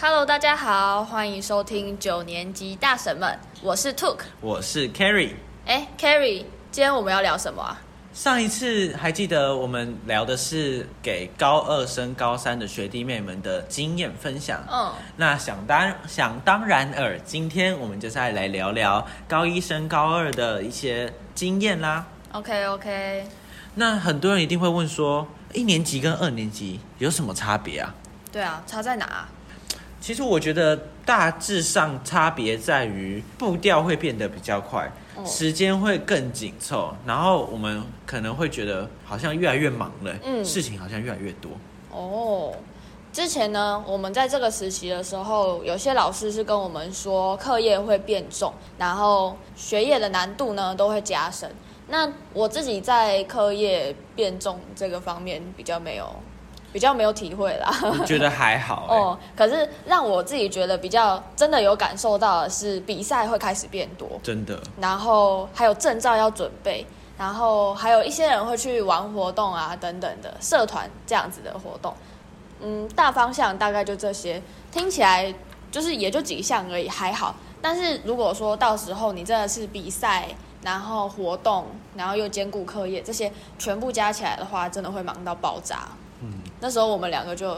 Hello，大家好，欢迎收听九年级大神们，我是 Took。我是 Carry。哎，Carry，今天我们要聊什么啊？上一次还记得我们聊的是给高二升高三的学弟妹们的经验分享。嗯，那想当想当然尔，今天我们就是要来聊聊高一升高二的一些经验啦。 OK OK，那很多人一定会问说，一年级跟二年级有什么差别啊？对啊，差在哪、其实我觉得大致上差别在于步调会变得比较快，哦时间会更紧凑，然后我们可能会觉得好像越来越忙了，嗯事情好像越来越 多。哦，之前呢，我们在这个时期的时候，有些老师是跟我们说课业会变重，然后学业的难度呢都会加深。那我自己在课业变重这个方面比较没有，比较没有体会啦。我觉得还好、欸，哦，可是让我自己觉得比较真的有感受到的是，比赛会开始变多，真的，然后还有证照要准备，然后还有一些人会去玩活动啊等等的社团这样子的活动。嗯，大方向大概就这些，听起来就是也就几项而已，还好。但是如果说到时候你真的是比赛，然后活动，然后又兼顾课业，这些全部加起来的话，真的会忙到爆炸。嗯，那时候我们两个就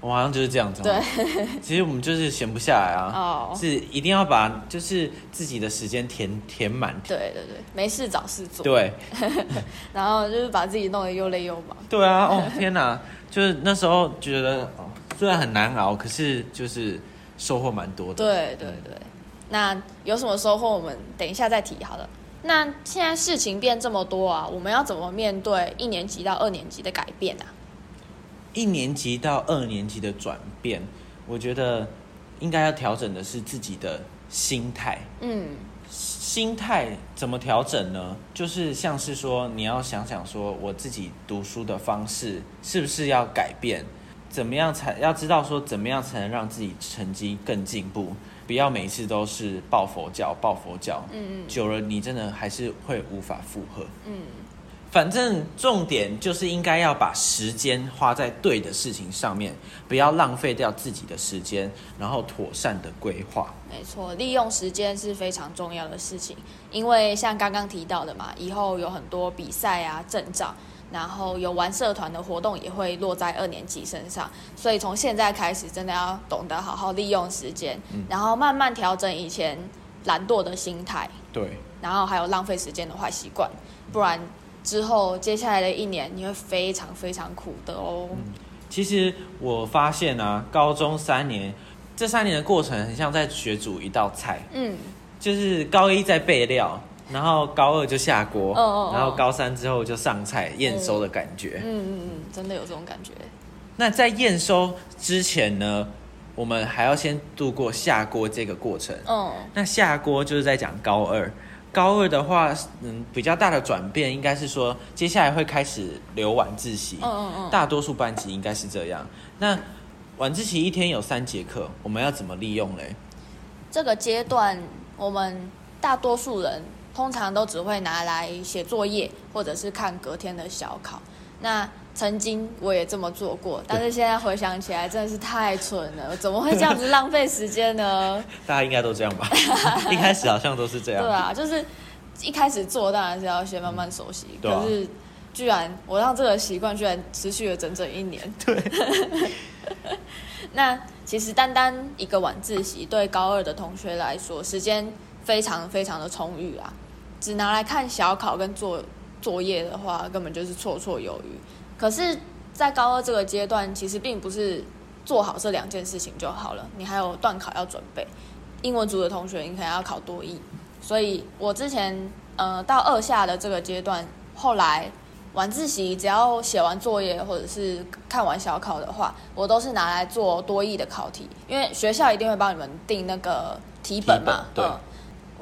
我好像就是这样子。对， 其实我们就是闲不下来啊，哦，是一定要把就是自己的时间填填满。对对对，没事找事做，对，然后就是把自己弄得又累又忙。对啊，哦天哪，就是那时候觉得哦虽然很难熬，可是就是收获蛮多的。嗯对对对，那有什么收获我们等一下再提好了。那现在事情变这么多啊，我们要怎么面对一年级到二年级的改变啊？一年级到二年级的转变，我觉得应该要调整的是自己的心态。嗯，心态怎么调整呢？就是像是说，你要想想说，我自己读书的方式是不是要改变？怎么样才要知道说，怎么样才能让自己成绩更进步？不要每次都是抱佛脚，抱佛脚，嗯嗯，久了你真的还是会无法负荷，嗯。反正重点就是应该要把时间花在对的事情上面，不要浪费掉自己的时间，然后妥善的规划。没错，利用时间是非常重要的事情，因为像刚刚提到的嘛，以后有很多比赛啊、证照，然后有玩社团的活动也会落在二年级身上，所以从现在开始，真的要懂得好好利用时间，然后慢慢调整以前懒惰的心态。对，然后还有浪费时间的坏习惯，不然之后接下来的一年你会非常非常苦的哦。其实我发现啊，高中三年，这三年的过程很像在学煮一道菜，嗯，就是高一在备料，然后高二就下锅，哦哦哦然后高三之后就上菜验收的感觉。嗯嗯嗯，真的有这种感觉。那在验收之前呢，我们还要先度过下锅这个过程。嗯，那下锅就是在讲高二。高二的话，嗯，比较大的转变应该是说，接下来会开始留晚自习。嗯嗯嗯大多数班级应该是这样。那晚自习一天有三节课，我们要怎么利用嘞？这个阶段我们大多数人通常都只会拿来写作业，或者是看隔天的小考。那曾经我也这么做过，但是现在回想起来真的是太蠢了，怎么会这样子浪费时间呢？大家应该都这样 吧？一开始好像都是这样。对啊，就是一开始做当然是要先慢慢熟悉，对啊可是居然我让这个习惯居然持续了整整一 年。对， 那其实单单一个晚自习对高二的同学来说，时间非常非常的充裕啊，只拿来看小考跟做作业的话，根本就是绰绰有余。可是，在高二这个阶段，其实并不是做好这两件事情就好了，你还有段考要准备。英文组的同学，你可能要考多译，所以我之前呃到二下的这个阶段，后来晚自习只要写完作业或者是看完小考的话，我都是拿来做多译的考题，因为学校一定会帮你们定那个题本嘛，题本对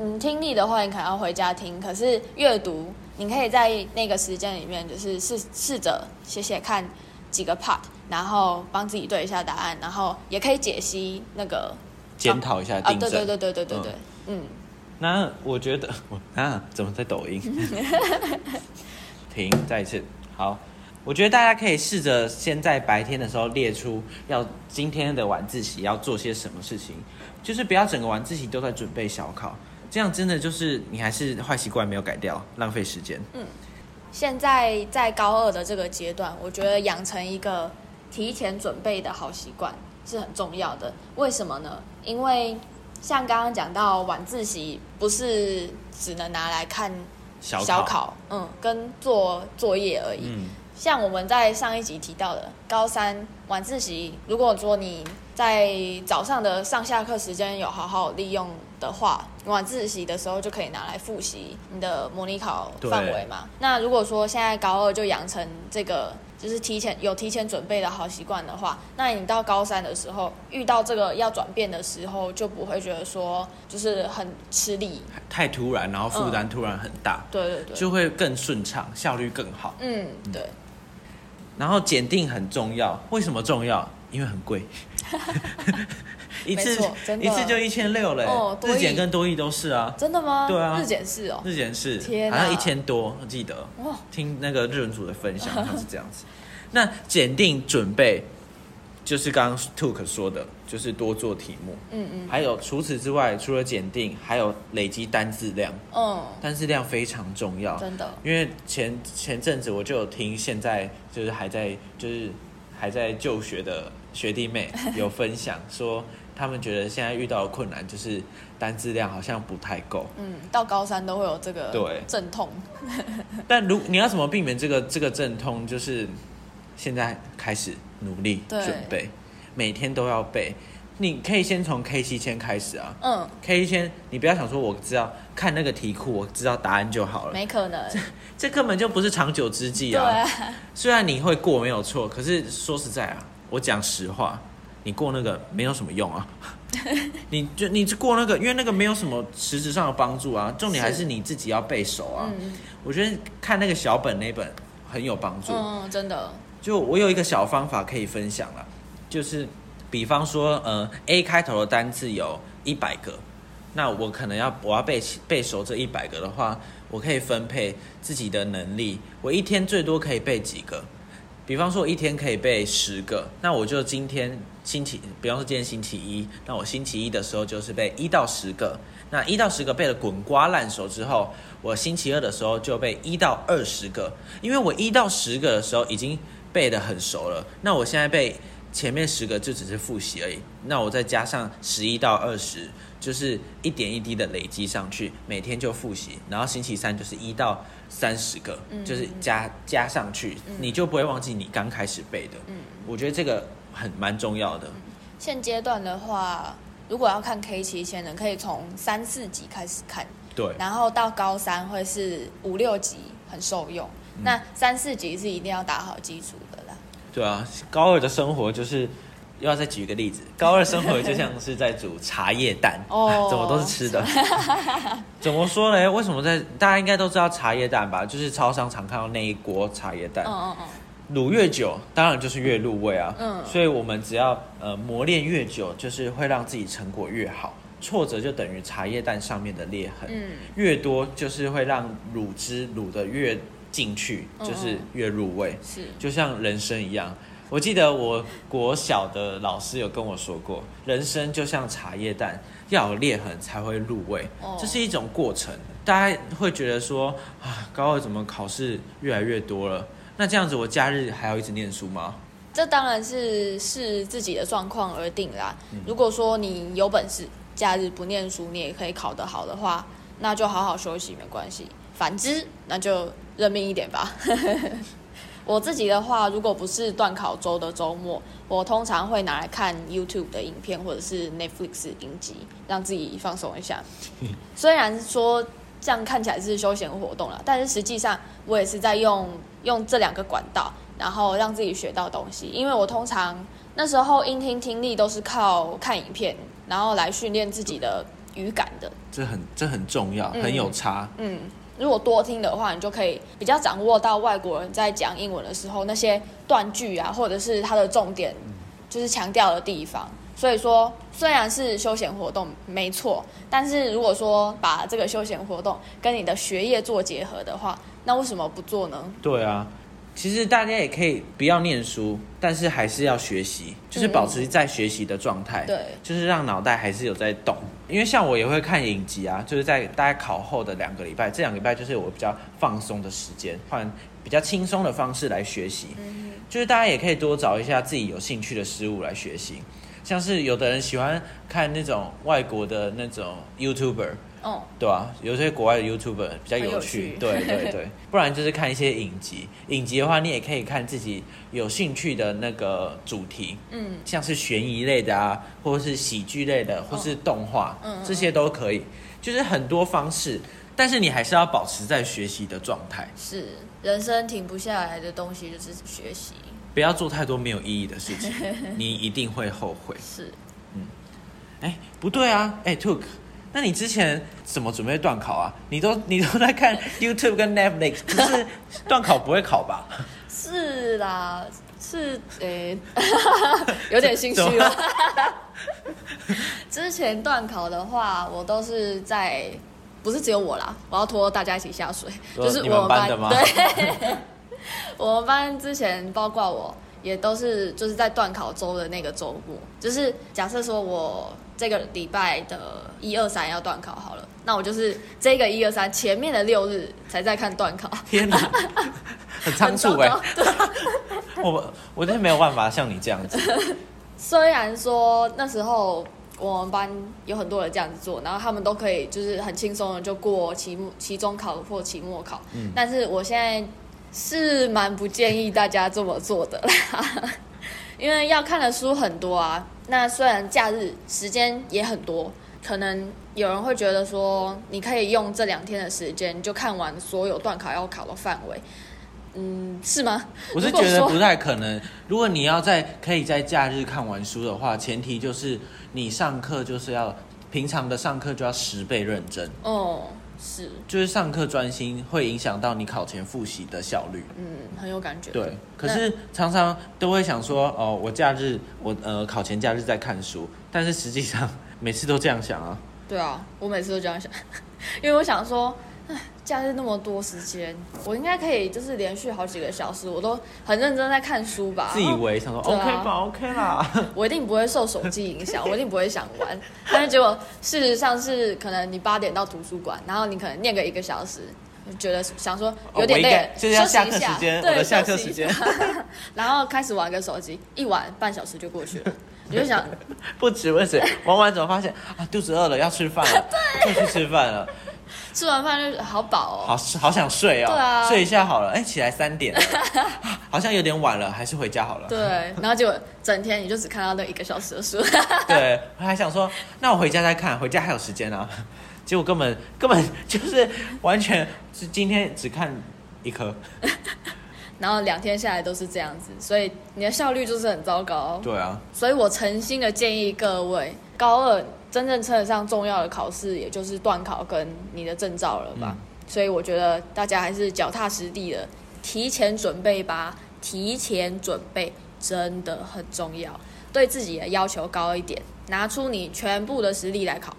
嗯嗯，听力的话你可能要回家听，可是阅读你可以在那个时间里面，就是试试着写写看几个 part，然后帮自己对一下答案，然后也可以解析那个检讨一下啊，订对正。对对对对对对，嗯那我 觉 得啊，怎么在抖音？停，再一次。好，我觉得大家可以试着先在白天的时候列出要今天的晚自习要做些什么事情，就是不要整个晚自习都在准备小考，这样真的就是你还是坏习惯没有改掉，浪费时间。嗯现在在高二的这个阶段，我觉得养成一个提前准备的好习惯是很重要的。为什么呢？因为像刚刚讲到晚自习，不是只能拿来看小考，嗯，跟做作业而已。嗯，像我们在上一集提到的，高三晚自习，如果说你在早上的上下课时间有好好利用的话，晚自习的时候就可以拿来复习你的模拟考范围嘛。那如果说现在高二就养成这个就是提前有提前准备的好习惯的话，那你到高三的时候遇到这个要转变的时候，就不会觉得说就是很吃力。太突然，然后负担突然很大，对嗯对对，就会更顺畅，效率更好。嗯，对，然后检定很重要，为什么重要？因为很贵， 一次没错真的一次就一千六嘞。哦多益日检跟多益都是啊，真的吗？对啊日检是哦，日检是天好哪像一千多，我记得哇。听那个日文组的分享，他是这样 子。那检定准备就是刚刚 Took 说的，就是多做题目。嗯嗯还有除此之外，除了检定，还有累积单字量，嗯，单字量非常重要。真的。因为前前阵子我就有听，现在就是还在就是还在就学的学 弟妹有分享说，他们觉得现在遇到的困难就是单字量好像不太够。嗯，到高三都会有这个对阵痛。但如你要怎么避免这个这个阵痛，就是现在开始努力对准备，每天都要背。你可以先从 K 七千开始啊嗯， ，K 七千你不要想说我知道看那个题库我知道答案就好了，没可能。这根本就不是长久之计对啊。啊，虽然你会过没有错，可是说实在啊，我讲实话，你过那个没有什么用啊。你就你过那个，因为那个没有什么实质上的帮助啊。重点还是是你自己要背熟啊。嗯我觉得看那个小本那本很有帮助。嗯，真的。就我有一个小方法可以分享啦，就是比方说，呃，A 开头的单字有一百个，那我可能要我要背背熟这一百个的话，我可以分配自己的能力，我一天最多可以背几个？比方说，我一天可以背十个，那我就今天星期，比方说今天星期一，那我星期一的时候就是背一到十个，那一到十个背的滚瓜烂熟之后，我星期二的时候就背一到二十个，因为我一到十个的时候已经背得很熟了，那我现在背前面十个就只是复习而已，那我再加上十一到二十，就是一点一滴的累积上去，每天就复习，然后星期三就是一到三十个，就是加加上去，你就不会忘记你刚开始背的。我觉得这个很蛮重要的。现阶段的话，如果要看 K 七千人，可以从三四级开始看，对，然后到高三会是五六级，很受用。嗯那三四级是一定要打好基础的啦。对啊，高二的生活就是。又要再举一个例子，高二生活就像是在煮茶叶蛋，哦怎么都是吃的。怎么说嘞？为什么在大家应该都知道茶叶蛋吧？就是超商常看到那一锅茶叶蛋，嗯嗯嗯，卤越久，当然就是越入味啊。嗯所以我们只要呃磨练越久，就是会让自己成果越好。挫折就等于茶叶蛋上面的裂痕，嗯越多就是会让乳汁卤得越进去，嗯就是越入味。是。就像人生一样，我记得我国小的老师有跟我说过，人生就像茶叶蛋，要有裂痕才会入味，哦这是一种过程。大家会觉得说啊，高二怎么考试越来越多了？那这样子，我假日还要一直念书吗？这当然是视自己的状况而定啦。如果说你有本事，假日不念书，你也可以考得好的话，那就好好休息，没关系。反之，那就认命一点吧。 我自己的话，如果不是断考周的周末，我通常会拿来看 YouTube 的影片或者是 Netflix 影集，让自己放松一下。虽然说这样看起来是休闲活动了，但是实际上我也是在用用这两个管道，然后让自己学到东西。因为我通常那时候音听听力都是靠看影片，然后来训练自己的语感的。这很这很重要，嗯很有差。嗯，如果多听的话，你就可以比较掌握到外国人在讲英文的时候那些断句啊，或者是它的重点，就是强调的地方。所以说，虽然是休闲活动没错，但是如果说把这个休闲活动跟你的学业做结合的话，那为什么不做呢？对啊，其实大家也可以不要念书，但是还是要学习，就是保持在学习的状态。对就是让脑袋还是有在动。因为像我也会看影集啊，就是在大概考后的两个礼拜，这两个礼拜就是我比较放松的时间，换比较轻松的方式来学习。就是大家也可以多找一下自己有兴趣的事物来学习，像是有的人喜欢看那种外国的那种 YouTuber，哦，对啊，有些国外的 YouTuber 比较很有有趣趣，对 对对，不然就是看一些影集。影集的话，你也可以看自己有兴趣的那个主题，嗯，哦像是悬疑类的啊，或者是喜剧类的，或是动画，嗯嗯嗯这些都可以，就是很多方式。但是你还是要保持在学习的状态，是人生停不下来的东西就是学习，不要做太多没有意义的事 情，你一定会后悔。是哎，不对啊，哎，Took，那你之前怎么准备断考啊？你都你都 在看 YouTube 跟 Netflix，可是断考不会考 吧？是啦，是 诶、有点心虚怎了么。 之前段考的话，我都是在，不是只有我啦，我要拖大家一起下水，说就是你我们们班的吗对， 我们班之前包括我也都是就是在段考周的那个周末，就是假设说我这个礼拜的一二三要段考好了，那我就是这个一二三前面的六日才在看段考，天哪，很仓很糟促哎、糕啊 我我真的没有办法像你这样 子，虽然说那时候我们班有很多人这样子做，然后他们都可以就是很轻松的就过期末、期中考或期末考，嗯但是我现在是蛮不建议大家这么做的啦， 因为要看的书很多啊。那虽然假日时间也很多，可能有人会觉得说，你可以用这两天的时间就看完所有段考要考的范围，嗯，是吗？我是如果觉得说不太可能。如果你要在可以在假日看完书的话，前提就是你上课就是要平常的上课就要十倍认真，哦，是，就是上课专心会影响到你考前复习的效率。嗯，很有感觉。对，可是常常都会想说，哦，我假日我呃考前假日在看书，但是实际上 每次都这样想啊，对啊，我每次都这样想， 因为我想说，唉，假日那么多时间，我应该可以就是连续好几个小时，我都很认真在看书吧。自以为想说、哦对啊 OK 吧，OK 啦，我一定不会受手机影 响，我一定不会想玩。但是结果事实上是，可能你八点到图书馆，然后你可能念个一个小时，就觉得想说有点哦我应累该，就是要休息下一课时间对，我的下课休息一下然后开始玩个手机，一玩半小时就过去了，你就想 不止不止，玩完怎么发现啊肚子饿了要吃饭 了，就去吃饭了，吃完饭就好饱哦。好好想睡哦，对啊睡一下好了，哎起来三点了、 啊好像有点晚了，还是回家好了。对，然后结果整天你就只看到那一个小时的书。 对，我还想说，那我回家再看，回家还有时间啊。 结果根本根本就是完全是今天只看一科，然后两天下来都是这样子，所以你的效率就是很糟糕。对啊，所以我诚心的建议各位，高二真正称得上重要的考试，也就是段考跟你的证照了吧。所以我觉得大家还是脚踏实地的，提前准备吧，提前准备真的很重要，对自己的要求高一点，拿出你全部的实力来考。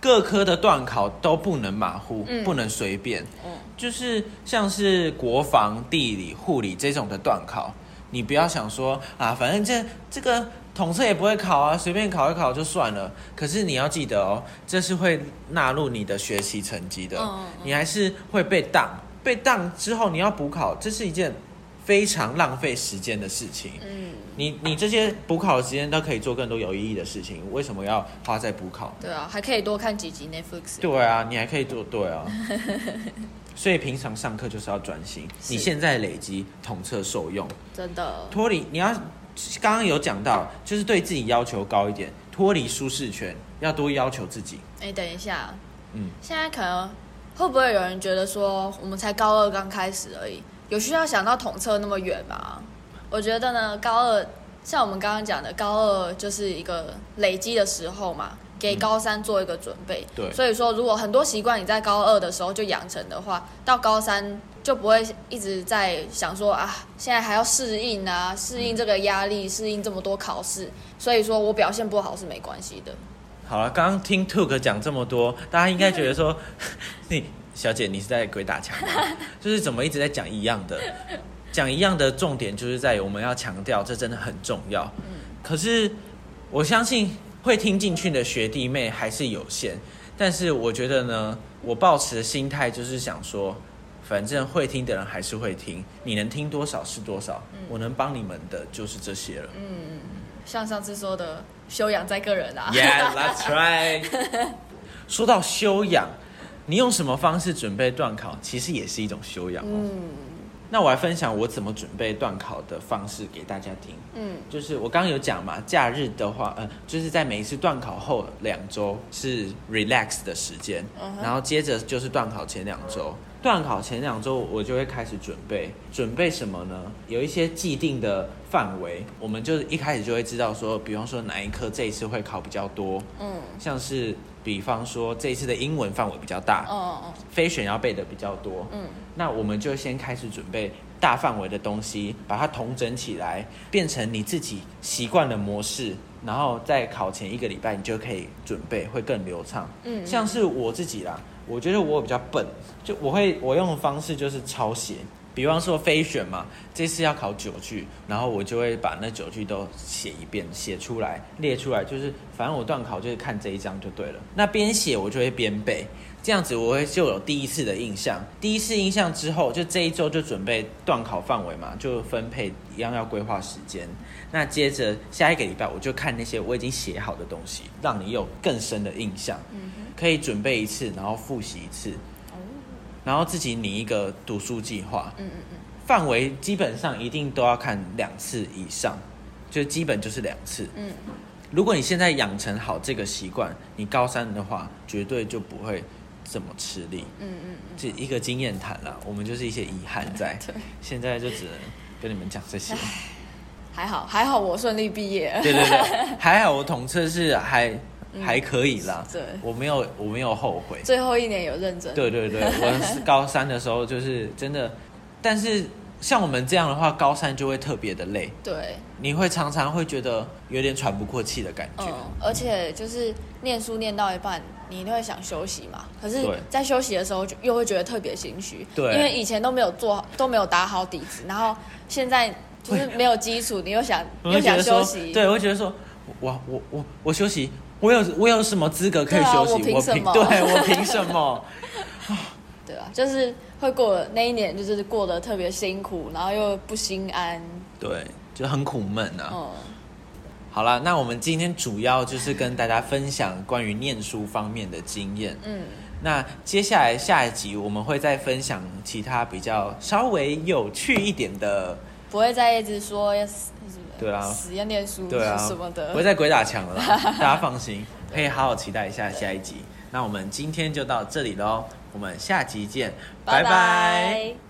各科的段考都不能马虎，嗯不能随便。嗯，就是像是国防、地理、护理这种的段考，你不要想说啊，反正这这个统测也不会考啊，随便考一考就算了。可是你要记得哦，这是会纳入你的学习成绩的，嗯嗯嗯你还是会被当，被当之后你要补考，这是一件非常浪费时间的事情。嗯，你你这些补考的时间都可以做更多有意义的事情，为什么要花在补考？对啊，还可以多看几集 Netflix。对啊，你还可以做对啊。所以平常上课就是要专心，是你现在累积统测受用，真的，脱离你要刚刚有讲到，就是对自己要求高一点，脱离舒适圈，要多要求自己。哎、等一下，嗯，现在可能会不会有人觉得说，我们才高二刚开始而已，有需要想到统测那么远吗？我觉得呢，高二像我们刚刚讲的，高二就是一个累积的时候嘛，给高三做一个准备。嗯对所以说如果很多习惯你在高二的时候就养成的话，到高三就不会一直在想说啊，现在还要适应啊，适应这个压力，适应这么多考试，所以说我表现不好是没关系的。好了，刚刚听 Took 讲这么多，大家应该觉得说， 你小姐你是在鬼打墙吗？就是怎么一直在讲一样的，讲一样的重点，就是在于我们要强调这真的很重要。可是我相信会听进去的学弟妹还是有限，但是我觉得呢，我抱持的心态就是想说，反正会听的人还是会听，你能听多少是多少，我能帮你们的就是这些了。像上次说的，修养在个人啊。 Yeah, that's right 。 说到修养，你用什么方式准备段考，其实也是一种修养、哦。嗯那我来分享我怎么准备段考的方式给大家听。 嗯就是我刚刚有讲嘛，假日的话，呃，就是在每一次段考后两周是 relax 的时间嗯哼然后接着就是段考前两周。段考前两周我就会开始准备，准备什么呢？有一些既定的范围，我们就是一开始就会知道说，比方说哪一科这一次会考比较多，嗯，像是比方说这一次的英文范围比较大哦，哦非选要背的比较多，嗯，那我们就先开始准备大范围的东西，把它统整起来，变成你自己习惯的模式，然后在考前一个礼拜你就可以准备，会更流畅。嗯像是我自己啦，我觉得我比较笨，就我会我用的方式就是抄写。比方说非选嘛，这次要考九句，然后我就会把那九句都写一遍，写出来，列出来，就是反正我段考就是看这一章就对了。那边写我就会边背，这样子我会就有第一次的印象。第一次印象之后，就这一周就准备段考范围嘛，就分配一样要规划时间。那接着下一个礼拜我就看那些我已经写好的东西，让你有更深的印象。可以准备一次，然后复习一次，哦然后自己拟一个读书计划。嗯嗯嗯范围基本上一定都要看两次以上，就基本就是两次。嗯，如果你现在养成好这个习惯，你高三的话绝对就不会这么吃力。嗯嗯，这一个经验谈啦，我们就是一些遗憾在 对现在就只能跟你们讲 这些。嗯，还好还好，我顺利毕业了。对对对，还好我统测是还、还可以啦，嗯对我没有我没有后悔。 最后一年有认真。 对对对，我是高三的时候就是真的，但是像我们这样的话，高三就会特别的累，对，你会常常会觉得有点喘不过气的感觉。嗯，而且就是念书念到一半，你一定会想休息嘛。可是对，在休息的时候，就又会觉得特别心虚，对因为以前都没有做好，都没有打好底子，然后现在就是没有基 础，你又想我又会觉想得休说，息，对，我会觉得说，我我我我休息，我有我有什么资格可以对啊休我息？凭我什凭么对 我凭什么？对啊，就是会过了那一年，就是过得特别辛苦，然后又不心安，对，就很苦闷啊。嗯，好啦，那我们今天主要就是跟大家分享关于念书方面的经验。嗯，那接下来下一集我们会再分享其他比较稍微有趣一点的，不会再一直说要死，对啊死要念书对啊，什么的不会，再鬼打墙了啦， 大家放心，可以好好期待一下下一集。那我们今天就到这里喽，我们下集见，拜拜拜